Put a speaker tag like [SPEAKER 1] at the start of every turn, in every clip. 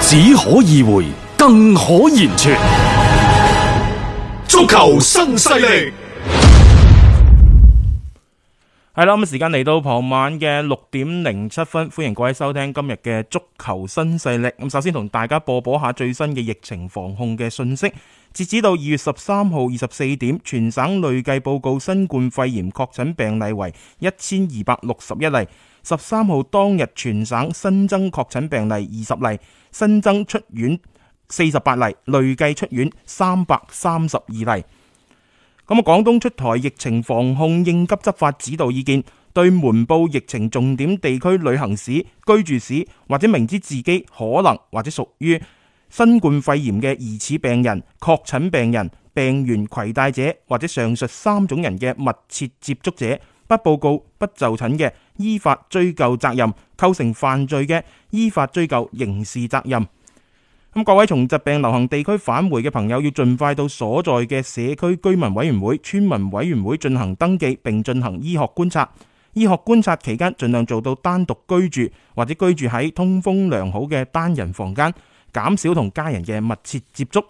[SPEAKER 1] 只可意會，更可言傳。
[SPEAKER 2] 足球新勢力。
[SPEAKER 3] 係啦，咁時間嚟到傍晚嘅六點零七分，歡迎各位收聽今日嘅足球新勢力。咁首先同大家播報下最新嘅疫情防控嘅信息。截止到二月十三號二十四點，全省累計報告新冠肺炎確診病例為一千二百六十一例。十三號當日全省新增確診病例二十例，新增出院四十八例，累計出院三百三十二例。咁啊，廣東出台疫情防控應急執法指導意見，對瞞報疫情重點地區旅行史、居住史或者明知自己可能或者屬於新冠肺炎嘅疑似病人、確診病人、病原攜帶者或者上述三種人嘅密切接觸者，不報告、不就診嘅，依法追究責任；構成犯罪嘅，依法追究刑事責任。咁各位從疾病流行地區返回嘅朋友，要盡快到所在嘅社區居民委員會、村民委員會進行登記，並進行醫學觀察。醫學觀察期間，盡量做到單獨居住或者居住喺通風良好嘅單人房間，減少同家人嘅密切接觸。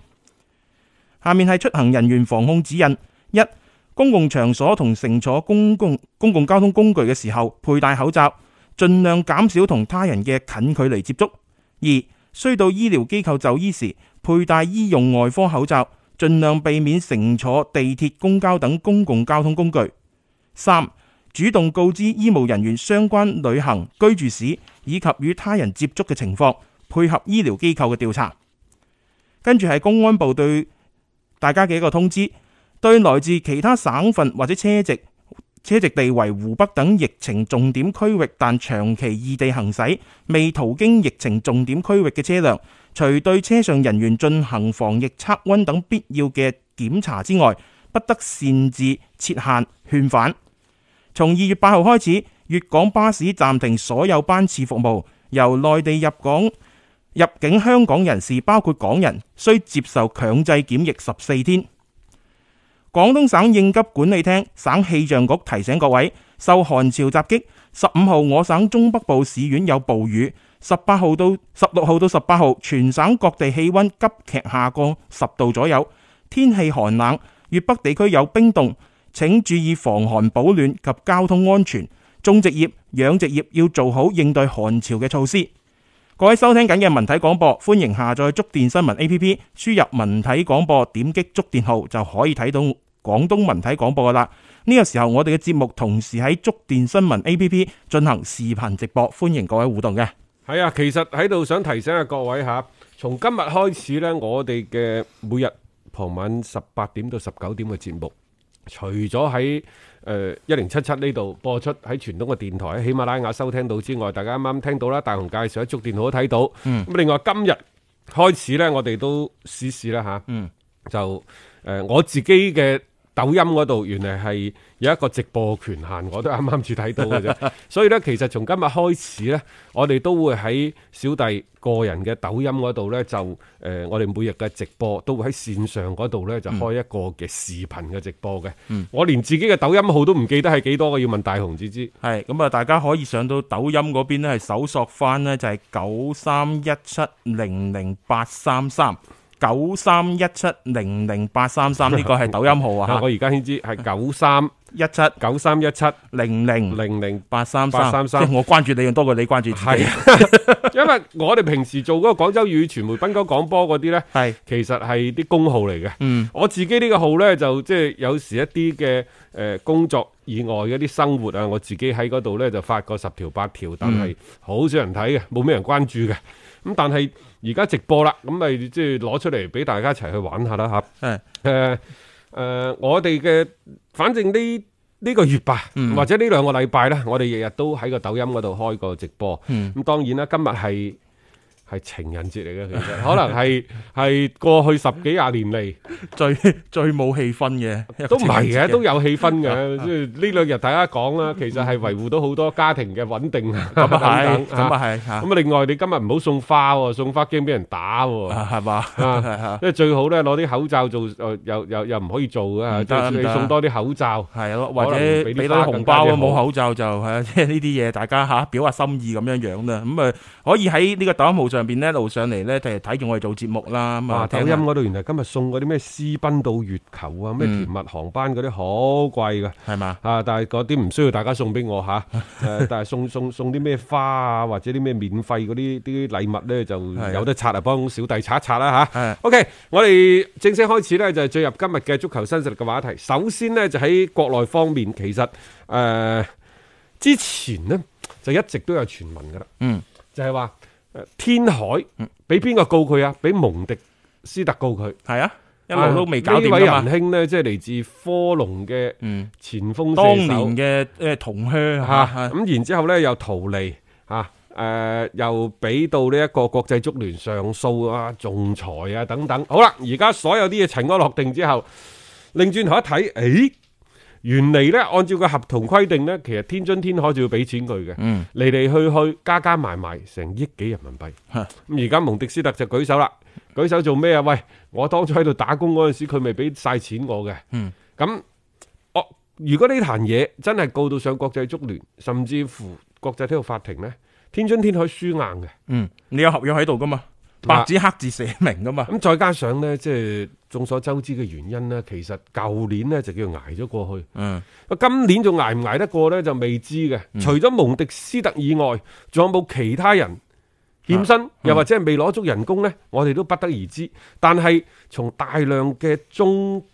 [SPEAKER 3] 下面係出行人員防控指引：一、公共場所同乘坐公共公共交通工具嘅時候，佩戴口罩，盡量減少同他人嘅近距離接觸。二需到醫療機構就醫時，佩戴醫用外科口罩，盡量避免乘坐地鐵、公交等公共交通工具。三、主動告知醫務人員相關旅行、居住史以及與他人接觸嘅情況，配合醫療機構嘅調查。跟住係公安部對大家嘅一個通知，對來自其他省份或者車籍。車籍地為湖北等疫情重點區域，但長期異地行駛、未途經疫情重點區域嘅車輛，除對車上人員進行防疫測溫等必要嘅檢查之外，不得擅自設限勸返。從二月八號開始，粵港巴士暫停所有班次服務，由內地入港入境香港人士，包括港人，需接受強制檢疫十四天。廣東省應急管理廳、省氣象局提醒各位，受寒潮襲擊，十五號我省中北部市縣有暴雨，十八號到十六號到十八號，全省各地氣温急劇下降十度左右，天氣寒冷，粵北地區有冰凍，請注意防寒保暖及交通安全。種植業、養殖業要做好應對寒潮嘅措施。各位收聽緊嘅文體廣播，歡迎下載觸電新聞 A P P，輸入文體廣播，點擊觸電號就可以睇到廣東文體廣播噶啦。呢個時候，我哋嘅節目同時喺觸電新聞 A P P 進行視頻直播，歡迎各位互動嘅。
[SPEAKER 4] 係啊，其實喺度想提醒下各位吓，從今日開始呢，我哋嘅每日傍晚十八點到十九點嘅節目，除咗喺誒一零七七呢度播出喺傳統嘅電台喺喜馬拉雅收聽到之外，大家啱啱聽到啦，大雄介紹喺觸電號都睇到。咁、另外今日開始呢，我哋都試試啦吓，
[SPEAKER 3] 嗯
[SPEAKER 4] 就誒、呃我自己嘅。抖音嗰度原來係有一個直播權限，我都啱啱至睇到嘅啫。所以呢，其實從今日開始呢，我哋都會喺小弟個人嘅抖音嗰度呢，就誒、呃我哋每日嘅直播都會喺線上嗰度呢，就開一個嘅視頻嘅直播嘅。我連自己嘅抖音號都唔記得係幾多，我要問大雄至知。
[SPEAKER 3] 係咁啊！大家可以上到抖音嗰邊咧，係搜索翻呢就係九三一七零零八三三九三一七零零八三三，呢個係抖音號
[SPEAKER 4] 啊
[SPEAKER 3] 啊！
[SPEAKER 4] 我而家先知係九三
[SPEAKER 3] 一七
[SPEAKER 4] 九三一七
[SPEAKER 3] 零零
[SPEAKER 4] 零零
[SPEAKER 3] 八三三，
[SPEAKER 4] 833
[SPEAKER 3] 即係我關注你多過你關注自
[SPEAKER 4] 係
[SPEAKER 3] 己，
[SPEAKER 4] 啊，因為我哋平時做嗰個廣州粵語傳媒賓州廣播嗰啲呢，
[SPEAKER 3] 係
[SPEAKER 4] 其實係啲公號嚟嘅。
[SPEAKER 3] 嗯
[SPEAKER 4] 我自己呢個號呢，就即係有時一啲嘅誒工作以外嘅啲生活啊，我自己喺嗰度呢，就發過十條八條，但係好少人睇嘅，冇咩人關注嘅。咁但係而家直播啦，咁咪即係攞出嚟俾大家一齊去玩下啦嚇。
[SPEAKER 3] 係
[SPEAKER 4] 誒、誒、我哋嘅反正呢呢、個月吧，或者呢兩個禮拜咧，我哋日日都喺個抖音嗰度開個直播。咁、當然啦，今日係係情人節嚟嘅，其實可能係係過去十幾廿年 嚟
[SPEAKER 3] 最最冇氣氛嘅一個
[SPEAKER 4] 都唔係
[SPEAKER 3] 情人
[SPEAKER 4] 嘅，
[SPEAKER 3] 節
[SPEAKER 4] 都有氣氛嘅。 即係呢兩日大家講啦，其實係維護到好多家庭嘅穩定啊。咁
[SPEAKER 3] 咁啊係，咁啊係嚇，
[SPEAKER 4] 咁啊，另外你今日唔好送花喎，送花驚俾人打喎。
[SPEAKER 3] 啊係嘛， 係
[SPEAKER 4] 啊
[SPEAKER 3] 嚇，
[SPEAKER 4] 即係最好咧，攞啲口罩做，誒又又又唔可以做
[SPEAKER 3] 唔
[SPEAKER 4] 嘅，即
[SPEAKER 3] 得
[SPEAKER 4] 係你
[SPEAKER 3] 唔得
[SPEAKER 4] 送多啲口罩。
[SPEAKER 3] 係咯，或
[SPEAKER 4] 可
[SPEAKER 3] 者
[SPEAKER 4] 能俾啲
[SPEAKER 3] 俾多啲
[SPEAKER 4] 花
[SPEAKER 3] 紅
[SPEAKER 4] 更
[SPEAKER 3] 包啊，
[SPEAKER 4] 加之
[SPEAKER 3] 冇
[SPEAKER 4] 好
[SPEAKER 3] 口罩就 係啊即係呢啲嘢，大家嚇表下心意咁樣樣啦。咁啊，可以喺呢個抖音號上邊咧路上嚟咧，就係睇住我哋做節目啦。咁
[SPEAKER 4] 啊！
[SPEAKER 3] 啊，
[SPEAKER 4] 抖
[SPEAKER 3] 聽
[SPEAKER 4] 音
[SPEAKER 3] 下
[SPEAKER 4] 嗰度原來今日送嗰啲咩私奔到月球啊，咩
[SPEAKER 3] 嗯
[SPEAKER 4] 甜蜜航班嗰啲好貴噶。
[SPEAKER 3] 係嘛？
[SPEAKER 4] 啊！但係嗰啲唔需要大家送俾我吓， 誒但係送送送啲咩花啊，或者啲咩免費嗰啲啲禮物咧，就
[SPEAKER 3] 係啊
[SPEAKER 4] 有得拆啊，幫小弟拆一拆啦
[SPEAKER 3] 係啊
[SPEAKER 4] 吓。OK，我哋正式開始咧，就係進入今日嘅足球新勢力嘅話題。首先呢，就喺國內方面，其實誒、呃之前呢，就一直都有傳聞噶啦，
[SPEAKER 3] 嗯，
[SPEAKER 4] 就係話呃天海俾邊個告佢啊？俾蒙迪斯特告佢。
[SPEAKER 3] 係啊，一路都未搞掂
[SPEAKER 4] 呢位
[SPEAKER 3] 㗎嘛。
[SPEAKER 4] 仁兄呢，即係嚟自科隆嘅
[SPEAKER 3] 嗯
[SPEAKER 4] 前鋒
[SPEAKER 3] 當
[SPEAKER 4] 射手
[SPEAKER 3] 年嘅誒同鄉
[SPEAKER 4] 嚇，
[SPEAKER 3] 嚇，
[SPEAKER 4] 咁然之後呢，又逃離嚇，誒、又俾到呢一個國際足聯上訴啊、仲裁啊等等。好啦，而家所有啲嘢塵埃落定之後，擰轉頭一睇，誒、原嚟呢，按照個合同規定呢，其實天津天海就要俾錢佢嘅，
[SPEAKER 3] 嗯
[SPEAKER 4] 嚟嚟去去加加埋埋成億幾人民幣。
[SPEAKER 3] 嚇
[SPEAKER 4] 咁而家蒙迪斯特就舉手啦，舉手做咩啊？喂，我當初喺度打工嗰陣時，佢咪俾晒錢我嘅。
[SPEAKER 3] 嗯，
[SPEAKER 4] 咁我如果呢壇嘢真係告到上國際足聯，甚至乎國際體育法庭呢，天津天海輸硬嘅。
[SPEAKER 3] 嗯，你有合約喺度噶嘛？白紙黑字寫明噶嘛？
[SPEAKER 4] 咁再加上呢，即係眾所周知嘅原因呢，其實舊年呢就叫捱咗過去。
[SPEAKER 3] 嗯，
[SPEAKER 4] 今年仲捱唔捱得過呢？就未知嘅。除咗蒙迪斯特以外，仲有冇其他人欠
[SPEAKER 3] 啊
[SPEAKER 4] 薪，
[SPEAKER 3] 嗯
[SPEAKER 4] 又或者係未攞足人工呢？我哋都不得而知。但係從大量嘅中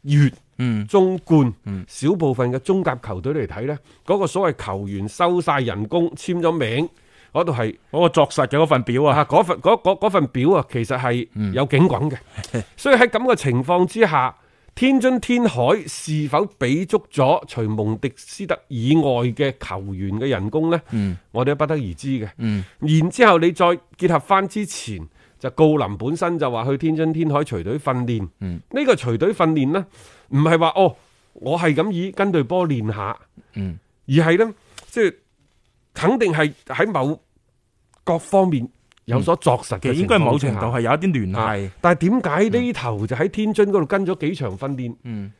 [SPEAKER 4] 乙、
[SPEAKER 3] 嗯、
[SPEAKER 4] 中冠、少部分嘅中甲球隊嚟睇呢，嗰、個所謂球員收晒人工、簽咗名嗰度係。
[SPEAKER 3] 嗰個作實嘅嗰份表啊，嗯
[SPEAKER 4] 啊，嗰份嗰嗰嗰份表啊，其實係有警棍嘅，所以喺咁嘅情況之下，天津天海是否俾足咗除蒙迪斯特以外嘅球員嘅人工呢？
[SPEAKER 3] 嗯
[SPEAKER 4] 我哋都不得而知嘅。然之後你再結合翻之前就郜林本身就話去天津天海隨隊訓練，呢、
[SPEAKER 3] 嗯
[SPEAKER 4] 個隨隊訓練呢，唔係話哦，我係咁以跟隊波練下，
[SPEAKER 3] 嗯
[SPEAKER 4] 而係呢，即係肯定係喺某各方面有所作實
[SPEAKER 3] 其
[SPEAKER 4] 嘅、
[SPEAKER 3] 實應該某程度係有一啲聯繫
[SPEAKER 4] 啊。但係點解呢頭就喺天津嗰度跟咗幾場訓練，
[SPEAKER 3] 嗯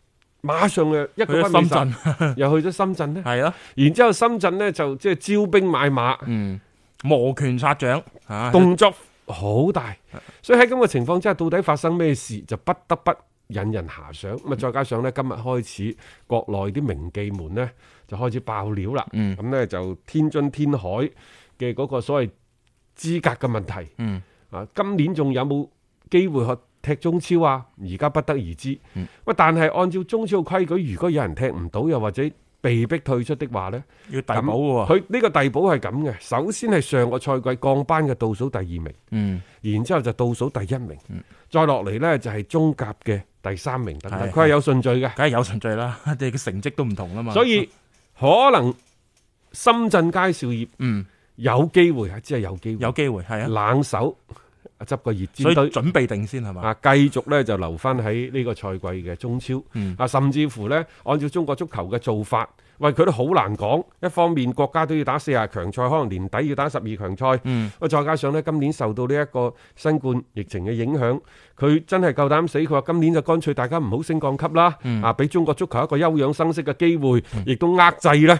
[SPEAKER 4] 馬上嘅一
[SPEAKER 3] 去咗
[SPEAKER 4] 個不
[SPEAKER 3] 深
[SPEAKER 4] 美神
[SPEAKER 3] 圳，
[SPEAKER 4] 又去咗深圳呢？
[SPEAKER 3] 係咯，
[SPEAKER 4] 然之後深圳呢，就即係招兵買馬，
[SPEAKER 3] 嗯，磨拳擦掌啊，
[SPEAKER 4] 動作 好大，所以喺咁嘅情況之下，到底發生咩事就不得不引人遐想。咁啊，再加上呢，今日開始國內啲名記們呢，就開始爆料啦。咁呢，就天津天海嘅嗰個所謂資格嘅問題。
[SPEAKER 3] 嗯
[SPEAKER 4] 啊，今年仲有冇機會去踢中超啊？而家不得而知。喂，但係按照中超嘅規矩，如果有人踢唔到，又或者被逼退出的話呢。
[SPEAKER 3] 要遞補嘅喎，
[SPEAKER 4] 佢呢個遞補係咁嘅，首先係上個賽季降班嘅倒數第二名，
[SPEAKER 3] 嗯，
[SPEAKER 4] 然之後就倒數第一名，再落嚟呢就係中甲嘅第三名等等，
[SPEAKER 3] 係哦
[SPEAKER 4] 佢係有順序嘅，
[SPEAKER 3] 梗係有順序啦， 你嘅成績都唔同啦嘛，
[SPEAKER 4] 所以可能深圳佳兆業
[SPEAKER 3] 哦嗯
[SPEAKER 4] 有機會係只係有機會
[SPEAKER 3] 有機會係啊，
[SPEAKER 4] 冷手執個熱
[SPEAKER 3] 所
[SPEAKER 4] 煎
[SPEAKER 3] 以
[SPEAKER 4] 堆。
[SPEAKER 3] 準備定先係嘛，
[SPEAKER 4] 啊，繼續咧就留翻喺呢個賽季嘅中超，
[SPEAKER 3] 嗯
[SPEAKER 4] 啊，甚至乎呢，按照中國足球嘅做法，喂佢都好難講。一方面國家都要打四十強賽，可能年底要打十二強賽，
[SPEAKER 3] 嗯
[SPEAKER 4] 喂再加上呢，今年受到呢一個新冠疫情嘅影響，佢真係夠膽死，佢話今年就乾脆大家唔好升降級啦，啊，俾中國足球一個休養生息嘅機會，亦都遏制呢，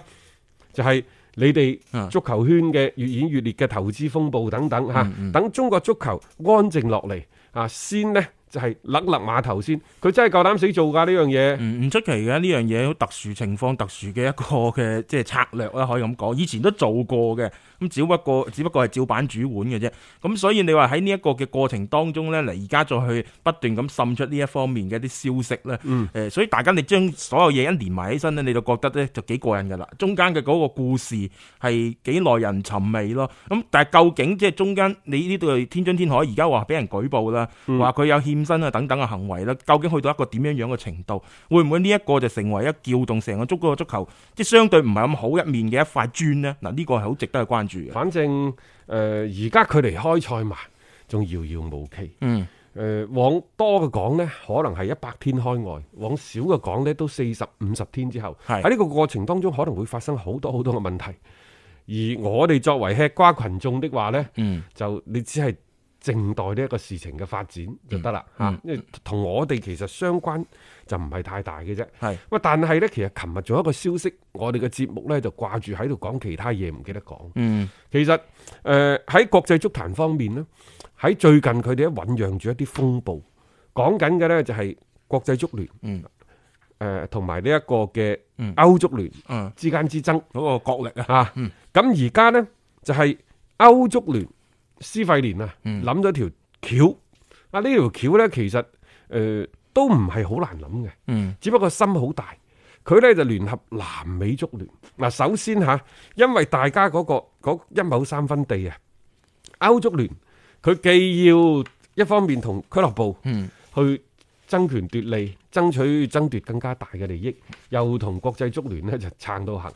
[SPEAKER 4] 就係、你哋
[SPEAKER 3] 嗯
[SPEAKER 4] 足球圈嘅越演越烈嘅投資風暴等等嚇，等中國足球安靜落嚟啊，先呢就係勒勒碼頭先，佢真係夠膽死做㗎呢樣嘢。
[SPEAKER 3] 嗯唔唔出奇嘅呢樣嘢，好特殊情況、特殊嘅一個嘅 即係策略啦，可以咁講。以前都做過嘅，咁只不過只不過係照板煮碗嘅啫。咁所以你話喺呢一個嘅過程當中呢，嚟而家再去不斷咁滲出呢一方面嘅一啲消息呢。
[SPEAKER 4] 嗯
[SPEAKER 3] 誒、呃所以大家你將所有嘢一連埋起身呢，你就覺得呢就幾過癮㗎啦。中間嘅嗰個故事係幾耐人尋味咯。咁但係究竟即係中間你呢對天津天海而家話俾人舉報啦，話佢有欠薪啊等等嘅行為啦，究竟去到一個點樣樣嘅程度？會唔會呢一個就成為一撬動成個足嗰個足球，即係相對唔係咁好一面嘅一塊磚呢？嗱，呢個係好值得去關注嘅。
[SPEAKER 4] 反正誒、呃而家距離開賽埋仲遙遙無期。
[SPEAKER 3] 嗯，
[SPEAKER 4] 誒、呃往多嘅講呢，可能係一百天開外；往少嘅講呢，都四十五十天之後。
[SPEAKER 3] 係
[SPEAKER 4] 喺呢個過程當中，可能會發生好多好多嘅問題。而我哋作為吃瓜群眾的話呢，
[SPEAKER 3] 嗯
[SPEAKER 4] 就你只係靜待呢一個事情嘅發展就得啦
[SPEAKER 3] 嗯
[SPEAKER 4] 嚇，因為同我哋其實相關就唔係太大嘅啫。
[SPEAKER 3] 係
[SPEAKER 4] 喂，但係呢，其實琴日仲有一個消息，我哋嘅節目呢就掛住喺度講其他嘢，唔記得講。
[SPEAKER 3] 嗯，
[SPEAKER 4] 其實誒喺、國際足壇方面呢，喺最近佢哋都醖釀住一啲風暴，講緊嘅呢就係國際足聯，
[SPEAKER 3] 嗯
[SPEAKER 4] 誒同埋呢一個嘅
[SPEAKER 3] 嗯
[SPEAKER 4] 歐足聯
[SPEAKER 3] 嗯
[SPEAKER 4] 之間之爭
[SPEAKER 3] 嗰個角力啊，
[SPEAKER 4] 嚇。咁而家呢，就係、歐足聯施費連啊，
[SPEAKER 3] 嗯
[SPEAKER 4] 諗咗條橋啊，呢條橋呢，其實誒、呃都唔係好難諗嘅。
[SPEAKER 3] 嗯
[SPEAKER 4] 只不過心好大。佢呢就聯合南美足聯嗱，首先吓，因為大家嗰、個嗰一畝三分地啊，歐足聯佢既要一方面同俱樂部
[SPEAKER 3] 嗯
[SPEAKER 4] 去爭權奪利，爭取爭奪更加大嘅利益，又同國際足聯呢就撐到行。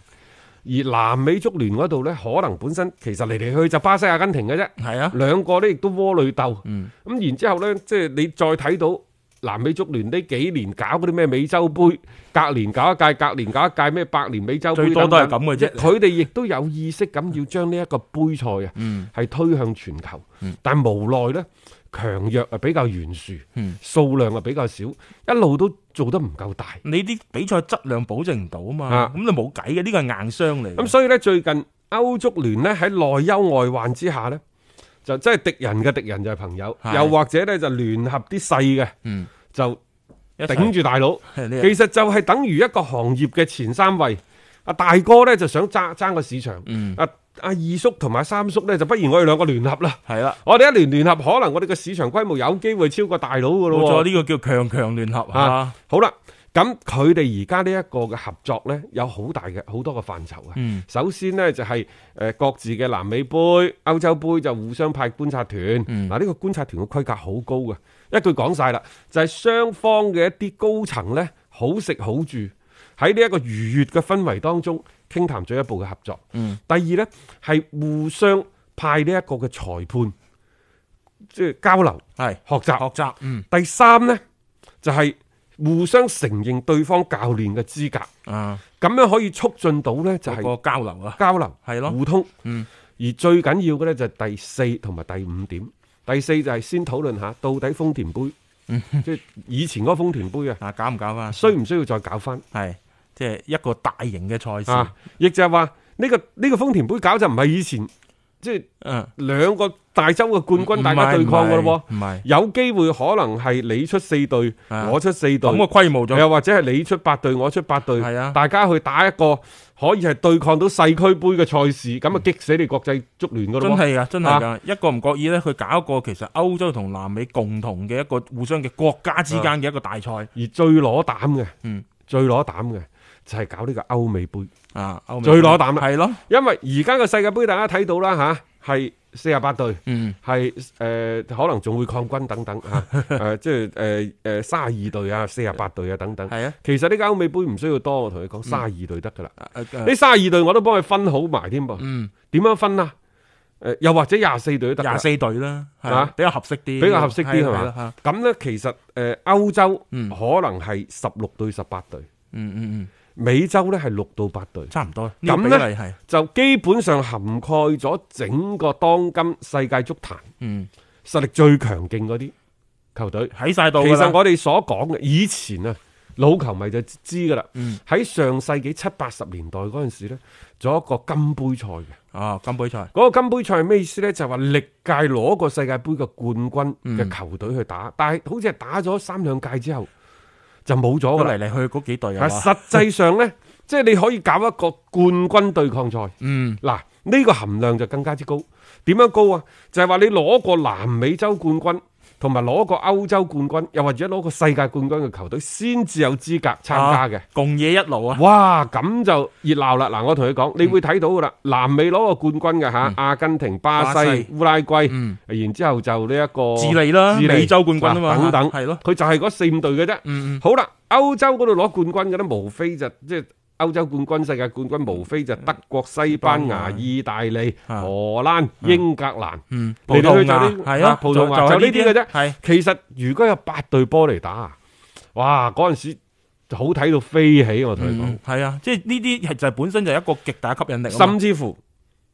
[SPEAKER 4] 而南美足聯嗰度呢，可能本身其實嚟嚟去去就巴西、阿根廷嘅啫，
[SPEAKER 3] 係啊，
[SPEAKER 4] 兩個呢亦都窩裏鬥。
[SPEAKER 3] 嗯
[SPEAKER 4] 咁然之後呢，即係你再睇到南美足聯呢幾年搞嗰啲咩美洲杯，隔年搞一屆，隔年搞一屆咩百年美洲杯
[SPEAKER 3] 最多都係
[SPEAKER 4] 等等
[SPEAKER 3] 咁嘅啫
[SPEAKER 4] 佢哋亦都有意識咁要將呢一個杯賽啊，
[SPEAKER 3] 嗯
[SPEAKER 4] 係推向全球，
[SPEAKER 3] 嗯
[SPEAKER 4] 但無奈呢，強弱啊比較懸殊
[SPEAKER 3] 嗯，
[SPEAKER 4] 數量啊比較少，一路都做得唔夠大。
[SPEAKER 3] 你啲比賽質量保證唔到啊嘛
[SPEAKER 4] 啊，
[SPEAKER 3] 咁你冇計嘅，呢個係硬傷嚟嘅。
[SPEAKER 4] 咁所以呢，最近歐足聯呢喺內憂外患之下呢，就真係敵人嘅敵人就係朋友，
[SPEAKER 3] 係
[SPEAKER 4] 又或者呢，就聯合啲細嘅，
[SPEAKER 3] 嗯
[SPEAKER 4] 就
[SPEAKER 3] 一齊
[SPEAKER 4] 頂住大佬。
[SPEAKER 3] 係 啊呢個
[SPEAKER 4] 其實就係等於一個行業嘅前三位。阿大哥呢就想爭爭個市場，
[SPEAKER 3] 嗯
[SPEAKER 4] 阿阿二叔同埋阿三叔呢，就不如我哋兩個聯合啦。
[SPEAKER 3] 係啦，
[SPEAKER 4] 我哋哦一聯聯合，可能我哋嘅市場規模有機會超過大佬噶
[SPEAKER 3] 冇錯，
[SPEAKER 4] 咯喎。
[SPEAKER 3] 呢個叫強強聯合
[SPEAKER 4] 啊
[SPEAKER 3] 啊，
[SPEAKER 4] 好啦，咁佢哋而家呢一個嘅合作呢，有好大嘅好多嘅範疇啊。
[SPEAKER 3] 嗯
[SPEAKER 4] 首先呢，就係、呃各自嘅南美杯、歐洲杯就互相派觀察團。嗱呢、
[SPEAKER 3] 嗯
[SPEAKER 4] 個觀察團嘅規格好高嘅，一句講晒啦，就係、雙方嘅一啲高層呢，好食好住，喺呢一個愉悅嘅氛圍當中傾談進一步嘅合作。
[SPEAKER 3] 嗯
[SPEAKER 4] 第二呢，係互相派呢一個嘅裁判，即係交流
[SPEAKER 3] 係
[SPEAKER 4] 學習。
[SPEAKER 3] 學習，嗯
[SPEAKER 4] 第三呢，就係、互相承認對方教練嘅資格，
[SPEAKER 3] 啊，
[SPEAKER 4] 咁樣可以促進到呢就係、
[SPEAKER 3] 嗰個交流啊，
[SPEAKER 4] 交流，
[SPEAKER 3] 係咯
[SPEAKER 4] 互通。
[SPEAKER 3] 嗯，
[SPEAKER 4] 而最緊要嘅呢，就係第四同埋第五點。第四就係先討論下到底豐田杯，
[SPEAKER 3] 嗯
[SPEAKER 4] 即係以前嗰個豐田杯啊，
[SPEAKER 3] 啊搞唔搞翻？
[SPEAKER 4] 需唔需要再搞翻
[SPEAKER 3] 係即係一個大型嘅賽事
[SPEAKER 4] 啊，？亦就係話呢個呢個豐田杯搞就唔係以前即係
[SPEAKER 3] 嗯，
[SPEAKER 4] 兩個大洲嘅冠軍大家
[SPEAKER 3] 唔係
[SPEAKER 4] 對抗噶咯
[SPEAKER 3] 唔係
[SPEAKER 4] 喎，有機會可能係你出四隊，
[SPEAKER 3] 啊
[SPEAKER 4] 我出四隊
[SPEAKER 3] 咁。個規模就
[SPEAKER 4] 又或者係你出八隊，我出八隊，
[SPEAKER 3] 係啊
[SPEAKER 4] 大家去打一個可以係對抗到世俱杯嘅賽事，咁啊激死你國際足聯噶咯
[SPEAKER 3] 真
[SPEAKER 4] 喎。
[SPEAKER 3] 係噶，真係噶，一個唔覺意咧，佢搞一個其實歐洲同南美共同嘅一個互相嘅國家之間嘅一個大賽
[SPEAKER 4] 而最攞膽嘅，
[SPEAKER 3] 嗯
[SPEAKER 4] 最攞膽嘅就係搞呢個歐美杯，
[SPEAKER 3] 啊，歐美
[SPEAKER 4] 最攞膽啦
[SPEAKER 3] 係咯，
[SPEAKER 4] 因為而家嘅世界盃大家睇到啦吓，係四十八隊，
[SPEAKER 3] 嗯
[SPEAKER 4] 係誒、呃可能仲會抗軍等等吓， 誒、即係誒誒三十二隊啊、四十八隊啊等等。
[SPEAKER 3] 係嗯啊
[SPEAKER 4] 其實呢個歐美杯唔需要多，我同你講三十二隊得噶啦。
[SPEAKER 3] 啊啊啊
[SPEAKER 4] 呢三十二隊我都幫佢分好埋添噃。
[SPEAKER 3] 嗯
[SPEAKER 4] 點樣分啊？誒、又或者廿四隊都得㗎啦。
[SPEAKER 3] 廿四隊啦，係啊
[SPEAKER 4] 啊
[SPEAKER 3] 比較合適啲，
[SPEAKER 4] 比較合適啲係
[SPEAKER 3] 啦
[SPEAKER 4] 嘛
[SPEAKER 3] 啦？
[SPEAKER 4] 咁呢，其實誒、呃、歐洲可
[SPEAKER 3] 嗯
[SPEAKER 4] 能係十六對十八隊，
[SPEAKER 3] 嗯嗯嗯，
[SPEAKER 4] 美洲呢係六到八隊，
[SPEAKER 3] 差唔多啦。
[SPEAKER 4] 咁
[SPEAKER 3] 呢個比例係，
[SPEAKER 4] 就基本上涵蓋咗整個當今世界足壇
[SPEAKER 3] 嗯，
[SPEAKER 4] 實力最強勁嗰啲球隊。
[SPEAKER 3] 喺晒度
[SPEAKER 4] 其
[SPEAKER 3] 㗎啦。
[SPEAKER 4] 實我哋所講嘅以前啊，老球迷就知噶啦。
[SPEAKER 3] 嗯
[SPEAKER 4] 喺上世紀七八十年代嗰陣時咧，仲有一個金杯賽嘅。
[SPEAKER 3] 啊金杯賽，
[SPEAKER 4] 嗰個金杯賽係咩意思呢？就係話歷屆攞過世界盃嘅冠軍嘅球隊去打，但係好似係打咗三兩屆之後就冇咗
[SPEAKER 3] 我
[SPEAKER 4] 㗎啦
[SPEAKER 3] 嚟。嚟去去嗰幾隊啊
[SPEAKER 4] 但
[SPEAKER 3] 嘛
[SPEAKER 4] 係，實際上呢， 即係你可以搞一個冠軍對抗賽。
[SPEAKER 3] 嗯
[SPEAKER 4] 嗱，呢個含量就更加之高。點樣高啊？就係話你攞過南美洲冠軍，同埋攞過歐洲冠軍，又或者攞過世界冠軍嘅球隊，先至有資格參加嘅
[SPEAKER 3] 啊。共野一路啊，
[SPEAKER 4] 哇，咁就熱鬧啦！嗱，我同你講，你會睇到噶啦，南美攞個冠軍嘅嚇，阿根廷、巴西
[SPEAKER 3] 巴西、
[SPEAKER 4] 烏拉圭，
[SPEAKER 3] 嗯
[SPEAKER 4] 然之後就呢一個
[SPEAKER 3] 智利啦美洲冠軍啊嘛
[SPEAKER 4] 等等，
[SPEAKER 3] 係咯
[SPEAKER 4] 佢就係嗰四五隊嘅啫。
[SPEAKER 3] 嗯
[SPEAKER 4] 好啦，歐洲嗰度攞冠軍嘅咧，無非就即係歐洲冠軍、世界冠軍，無非就德國、西班牙、
[SPEAKER 1] 嗯
[SPEAKER 4] 意大利、
[SPEAKER 1] 啊
[SPEAKER 4] 荷蘭、英格蘭，
[SPEAKER 1] 嗯，
[SPEAKER 4] 嚟嚟去去就啊呢
[SPEAKER 1] 係啊咯，
[SPEAKER 4] 葡萄牙
[SPEAKER 1] 就
[SPEAKER 4] 就呢啲嘅啫。
[SPEAKER 1] 係
[SPEAKER 4] 其實如果有八隊波嚟打，哇！嗰陣時好睇到飛起，我同你講。
[SPEAKER 1] 嗯係啊，即係呢啲係就係本身就係一個極大吸引力啊嘛。
[SPEAKER 4] 甚至乎，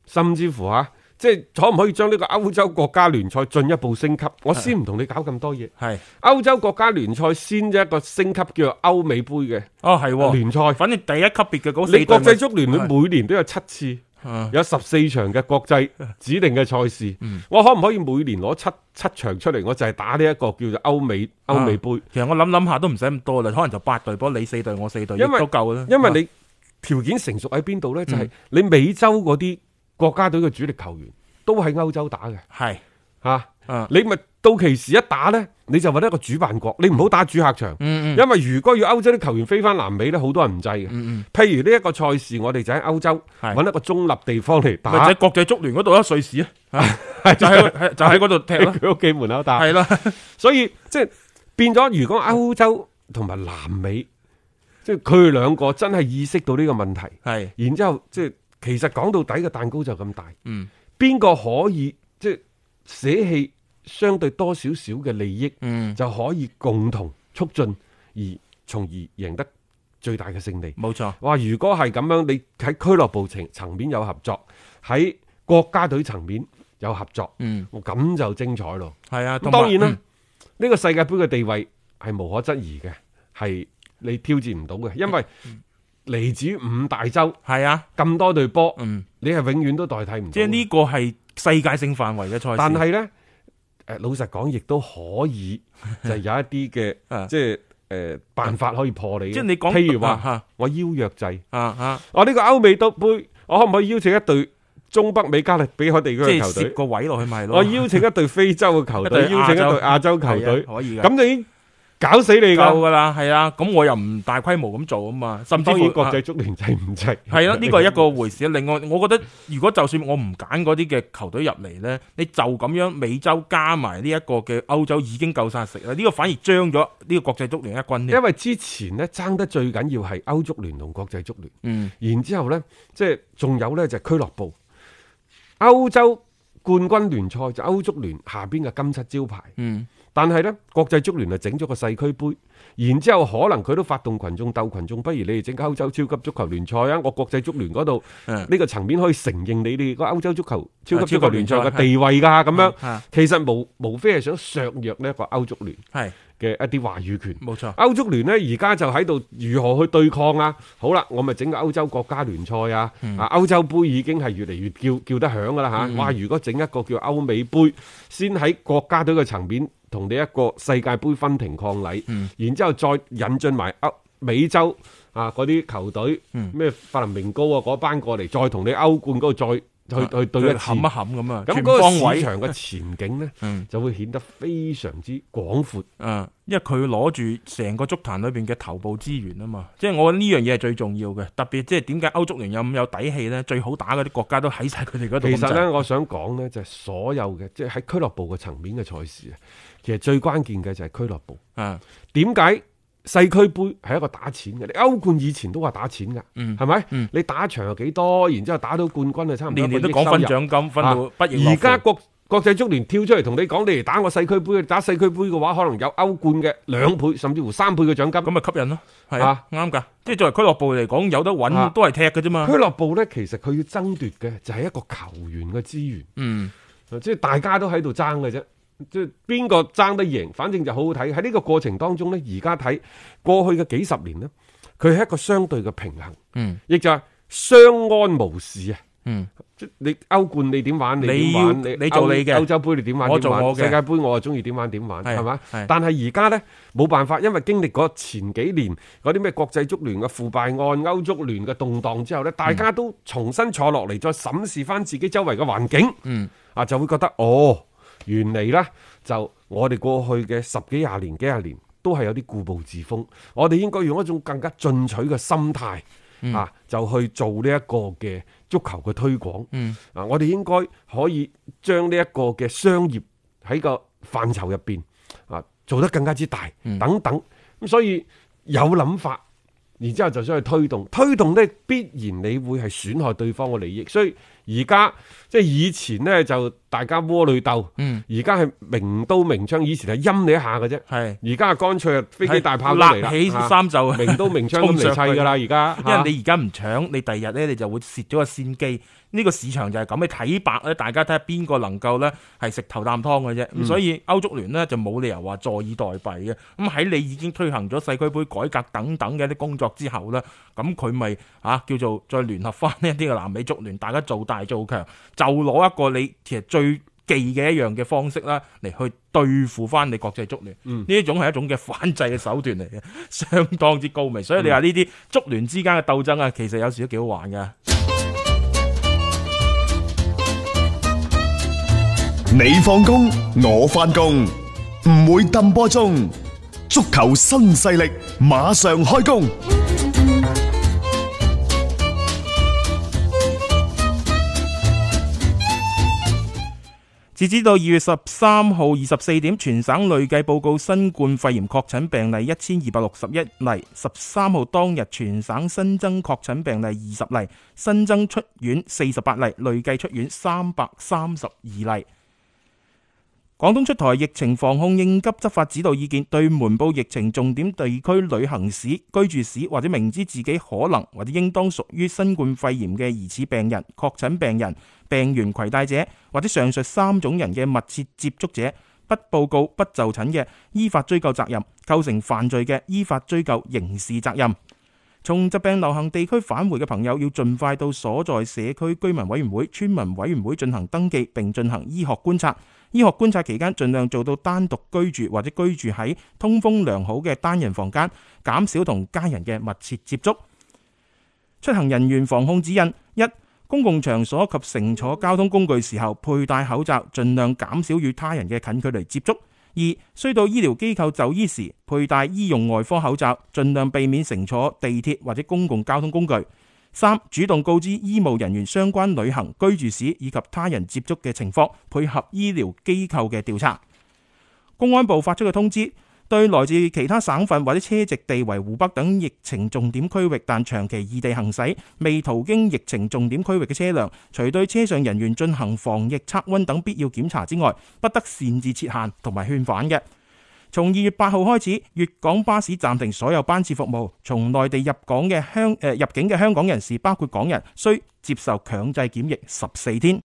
[SPEAKER 4] 甚至乎吓、啊即係可唔可以將呢個歐洲國家聯賽進一步升級？我
[SPEAKER 1] 啊
[SPEAKER 4] 先唔同你搞咁多嘢。
[SPEAKER 1] 係
[SPEAKER 4] 歐洲國家聯賽先一個升級叫做歐美杯嘅
[SPEAKER 1] 哦係喎，
[SPEAKER 4] 聯賽。
[SPEAKER 1] 反正第一級別嘅嗰四
[SPEAKER 4] 你國際
[SPEAKER 1] 隊
[SPEAKER 4] 足聯會每年都有七次，
[SPEAKER 1] 咪啊嗯
[SPEAKER 4] 有十四場嘅國際指定嘅賽事。我可唔可以每年攞七七場出嚟？我就係打呢一個叫做歐美
[SPEAKER 1] 啊
[SPEAKER 4] 歐美杯，
[SPEAKER 1] 其實我諗諗下都唔使咁多啦，可能就八隊波，你四隊我四隊，亦
[SPEAKER 4] 因為
[SPEAKER 1] 都夠啦。
[SPEAKER 4] 因為你條件成熟喺邊度呢？就係、
[SPEAKER 1] 嗯
[SPEAKER 4] 你美洲嗰啲國家隊嘅主力球員都喺歐洲打嘅
[SPEAKER 1] 係
[SPEAKER 4] 嚇。
[SPEAKER 1] 啊，
[SPEAKER 4] 你咪到期時一打呢，你就揾一個主辦國，你唔好打主客場，
[SPEAKER 1] 嗯
[SPEAKER 4] 因為如果要歐洲啲球員飛翻南美呢，好多人唔制嘅。
[SPEAKER 1] 嗯
[SPEAKER 4] 譬如呢一個賽事，我哋就喺歐洲
[SPEAKER 1] 係
[SPEAKER 4] 揾一個中立地方嚟
[SPEAKER 1] 嗯，咪
[SPEAKER 4] 打
[SPEAKER 1] 就喺，國際足聯嗰度啦，瑞士啊，就
[SPEAKER 4] 係啊
[SPEAKER 1] 喺係就喺嗰度踢
[SPEAKER 4] 喺
[SPEAKER 1] 啦，
[SPEAKER 4] 佢屋企門口打。
[SPEAKER 1] 係啦，
[SPEAKER 4] 所以即係變咗，如果歐洲同埋南美，即係佢哋兩個真係意識到呢個問題，
[SPEAKER 1] 係
[SPEAKER 4] 然之後即係其實講到底個蛋糕就咁大，
[SPEAKER 1] 嗯，
[SPEAKER 4] 邊個可以即係捨棄相對多少少嘅利益？
[SPEAKER 1] 嗯，
[SPEAKER 4] 就可以共同促進，而從而贏得最大嘅勝利。
[SPEAKER 1] 冇錯，
[SPEAKER 4] 哇！如果係咁樣，你喺俱樂部層層面有合作，喺國家隊層面有合作，
[SPEAKER 1] 嗯，
[SPEAKER 4] 我咁就精彩咯。
[SPEAKER 1] 係啊，
[SPEAKER 4] 咁
[SPEAKER 1] 同埋
[SPEAKER 4] 當然啦，
[SPEAKER 1] 嗯
[SPEAKER 4] 呢、個世界盃嘅地位係無可質疑嘅，係你挑戰唔到嘅，因為
[SPEAKER 1] 嗯
[SPEAKER 4] 嚟自於五大洲
[SPEAKER 1] 係啊，
[SPEAKER 4] 咁多隊波，
[SPEAKER 1] 嗯，
[SPEAKER 4] 你係永遠都代替唔到嘅。
[SPEAKER 1] 即係呢個係世界性範圍嘅賽事，
[SPEAKER 4] 但係呢，誒老實講，亦都可 以就係有一啲
[SPEAKER 1] 啊
[SPEAKER 4] 嘅，即係誒辦法可以破你嘅。
[SPEAKER 1] 即係你講
[SPEAKER 4] 譬如話
[SPEAKER 1] 啊
[SPEAKER 4] 我邀約制，
[SPEAKER 1] 啊啊，
[SPEAKER 4] 我呢個歐美都杯，我可唔可以邀請一隊中北美加勒比海地區
[SPEAKER 1] 即係
[SPEAKER 4] 嘅球
[SPEAKER 1] 攝
[SPEAKER 4] 隊？
[SPEAKER 1] 個位落去咪係咯，
[SPEAKER 4] 我邀請一隊非洲嘅球隊，
[SPEAKER 1] 一隊
[SPEAKER 4] 邀請一隊
[SPEAKER 1] 亞
[SPEAKER 4] 亞洲球
[SPEAKER 1] 係
[SPEAKER 4] 隊
[SPEAKER 1] 啊，可以㗎。
[SPEAKER 4] 咁就已經搞死你
[SPEAKER 1] 夠
[SPEAKER 4] 㗎。
[SPEAKER 1] 噶啦，係啊，咁我又唔大規模咁做啊嘛，甚至
[SPEAKER 4] 當
[SPEAKER 1] 乎
[SPEAKER 4] 然國際足聯制唔制？
[SPEAKER 1] 係咯，呢個係一個回事。啊另外，我覺得如果就算我唔揀嗰啲嘅球隊入嚟呢，你就咁樣美洲加埋呢一個嘅歐洲已經夠晒食啦。呢、個反而將咗呢個國際足聯一軍添。
[SPEAKER 4] 因為之前呢，爭得最緊要係歐足聯同國際足聯。
[SPEAKER 1] 嗯，
[SPEAKER 4] 然之後呢，即係仲有呢，就係俱樂部。歐洲冠軍聯賽就歐足聯下邊嘅金漆招牌，
[SPEAKER 1] 嗯，
[SPEAKER 4] 但係呢，國際足聯就整咗個世區杯，然之後可能佢都發動群眾鬥群眾，不如你哋整個歐洲超級足球聯賽啊！我國際足聯嗰度
[SPEAKER 1] 嗯
[SPEAKER 4] 呢個層面可以承認你哋個歐洲足球啊超級
[SPEAKER 1] 超
[SPEAKER 4] 足
[SPEAKER 1] 級
[SPEAKER 4] 球
[SPEAKER 1] 聯
[SPEAKER 4] 聯
[SPEAKER 1] 賽
[SPEAKER 4] 賽嘅地位㗎，咁樣
[SPEAKER 1] 嗯係
[SPEAKER 4] 其實無無非係想削弱呢一個歐足聯
[SPEAKER 1] 係
[SPEAKER 4] 嘅一啲話語權。
[SPEAKER 1] 冇錯。
[SPEAKER 4] 歐足聯呢，而家就喺度如何去對抗啊？好啦，我咪整個歐洲國家聯賽啊！
[SPEAKER 1] 嗯
[SPEAKER 4] 啊，歐洲杯已經係越嚟越叫叫得響噶啦嚇！哇，如果整一個叫歐美杯，先喺國家隊嘅層面同你一個世界盃分庭抗禮，
[SPEAKER 1] 嗯
[SPEAKER 4] 然之後再引進埋歐美洲啊嗰啲球隊，
[SPEAKER 1] 嗯
[SPEAKER 4] 咩法林明高啊嗰班過嚟，再同你歐冠嗰度再去去對一次
[SPEAKER 1] 冚一。冚咁啊，
[SPEAKER 4] 咁
[SPEAKER 1] 全
[SPEAKER 4] 嗰個
[SPEAKER 1] 方位
[SPEAKER 4] 市。場嘅前景呢，
[SPEAKER 1] 嗯
[SPEAKER 4] 就會顯得非常之廣闊。
[SPEAKER 1] 嗯，因為佢攞住成個足壇裏邊嘅頭部資源啊嘛，即係我覺得呢樣嘢係最重要嘅，特別即係點解歐足聯有咁有底氣呢？最好打嗰啲國家都喺晒佢哋嗰度咁滯。
[SPEAKER 4] 其實咧，我想講呢，就係、所有嘅，即係喺俱樂部嘅層面嘅賽事啊，其實最關鍵嘅就係俱樂部。
[SPEAKER 1] 啊，
[SPEAKER 4] 點解世俱杯係一個打錢嘅？你歐冠以前都話打錢㗎，
[SPEAKER 1] 嗯
[SPEAKER 4] 係咪、
[SPEAKER 1] 嗯
[SPEAKER 4] 你打場有幾多，然之後打到冠軍啊，差唔多
[SPEAKER 1] 年年都講
[SPEAKER 4] 講
[SPEAKER 1] 分獎金，分到不亦樂
[SPEAKER 4] 啊而
[SPEAKER 1] 乎
[SPEAKER 4] 家國國際足聯跳出嚟同你講，你嚟打我世俱杯，打世俱杯嘅話，可能有歐冠嘅兩倍甚至乎三倍嘅獎金。
[SPEAKER 1] 咁咪吸引咯，係啊，啱噶。即係作為俱樂部嚟講，有得
[SPEAKER 4] 啊
[SPEAKER 1] 揾都係踢嘅啫嘛
[SPEAKER 4] 俱。樂部呢，其實佢要爭奪嘅就係一個球員嘅資源。
[SPEAKER 1] 嗯，
[SPEAKER 4] 即係大家都喺度爭嘅啫。即係邊個爭得贏，反正就好好睇。喺呢個過程當中呢，而家睇過去嘅幾十年呢，佢係一個相對嘅平衡，
[SPEAKER 1] 嗯，
[SPEAKER 4] 亦就係相安無事啊。
[SPEAKER 1] 嗯，
[SPEAKER 4] 即係你歐冠你點玩？
[SPEAKER 1] 你
[SPEAKER 4] 點
[SPEAKER 1] 要
[SPEAKER 4] 玩？
[SPEAKER 1] 你做你嘅
[SPEAKER 4] 歐歐洲杯你點玩？
[SPEAKER 1] 我做
[SPEAKER 4] 點玩
[SPEAKER 1] 我嘅
[SPEAKER 4] 世界盃我啊中意點玩點玩，
[SPEAKER 1] 係
[SPEAKER 4] 係嘛
[SPEAKER 1] 係？
[SPEAKER 4] 但係而家呢，冇辦法，因為經歷過前幾年嗰啲咩國際足聯嘅腐敗案、歐足聯嘅動盪之後呢，大家都重新坐落嚟，再審視翻自己周圍嘅環境。
[SPEAKER 1] 嗯
[SPEAKER 4] 啊，就會覺得哦，原嚟呢，就我哋過去嘅十幾廿年、幾廿年都係有啲固步自封，我哋應該用一種更加進取嘅心態。
[SPEAKER 1] 嗯
[SPEAKER 4] 啊，就去做呢一個嘅足球嘅推廣。
[SPEAKER 1] 嗯
[SPEAKER 4] 啊，我哋應該可以將呢一個嘅商業喺個範疇入
[SPEAKER 3] 嗯
[SPEAKER 4] 邊啊，做得更加之大，等等。咁所以有諗法然之後就想去推動，推動呢必然你會係損害對方嘅利益，所以而家即係以前呢，就大家窩裏鬥，
[SPEAKER 3] 嗯
[SPEAKER 4] 而家係明刀明槍，以前係陰你一下嘅啫，
[SPEAKER 3] 係
[SPEAKER 4] 而家係乾脆啊飛機大炮都嚟
[SPEAKER 3] 立
[SPEAKER 4] 啦，
[SPEAKER 3] 起
[SPEAKER 4] 啊
[SPEAKER 3] 衫就
[SPEAKER 4] 明刀明槍咁嚟砌㗎啦，而家
[SPEAKER 3] 因
[SPEAKER 4] 嚇
[SPEAKER 3] 為你而家唔搶，你第日咧你就會蝕咗個先機。呢、個市場就係咁，你睇白咧，大家睇下邊個能夠咧係食頭啖湯嘅啫。咁、所以歐足聯呢，就冇理由話坐以待斃嘅。咁喺你已經推行咗世俱杯改革等等嘅啲工作之後咧，咁佢咪啊叫做再聯合翻呢一啲嘅南美足聯，大家做大做強，就攞一個你其實最。忌嘅一樣嘅方式啦，嚟去對付翻你國際足聯，呢一、種係一種嘅反制嘅手段嚟嘅，相當之高明。所以你話呢啲足聯之間嘅鬥爭啊，其實有時都幾好玩噶。
[SPEAKER 5] 你放工，我翻工，唔會抌波中。足球新勢力馬上開工。
[SPEAKER 3] 截止到二月十三號二十四點，全省累計報告新冠肺炎確診病例一千二百六十一例。十三號當日全省新增確診病例二十例，新增出院四十八例，累計出院三百三十二例。廣東出台疫情防控應急執法指導意見，對瞞報疫情重點地區旅行史、居住史或者明知自己可能或者應當屬於新冠肺炎嘅疑似病人、確診病人、病原攜帶者或者上述三種人嘅密切接觸者，不報告、不就診嘅，依法追究責任；構成犯罪嘅，依法追究刑事責任。從疾病流行地區返回嘅朋友，要盡快到所在社區居民委員會、村民委員會進行登記，並進行醫學觀察。醫學觀察期間，盡量做到單獨居住或者居住喺通風良好嘅單人房間，減少同家人嘅密切接觸。出行人員防控指引一。公共場所及乘坐交通工具時候佩戴口罩，盡量減少與他人嘅近距離接觸。二、需到醫療機構就醫時，佩戴醫用外科口罩，盡量避免乘坐地鐵或者公共交通工具。三、主動告知醫務人員相關旅行、居住史以及他人接觸嘅情況，配合醫療機構嘅調查。公安部發出嘅通知，對來自其他省份或者車籍地為湖北等疫情重點區域，但長期異地行駛、未途經疫情重點區域嘅車輛，除對車上人員進行防疫測温等必要檢查之外，不得擅自設限同埋勸返嘅。從二月八號開始，粵港巴士暫停所有班次服務。從內地入港嘅香誒、呃入境嘅香港人士，包括港人，需接受強制檢疫十四天。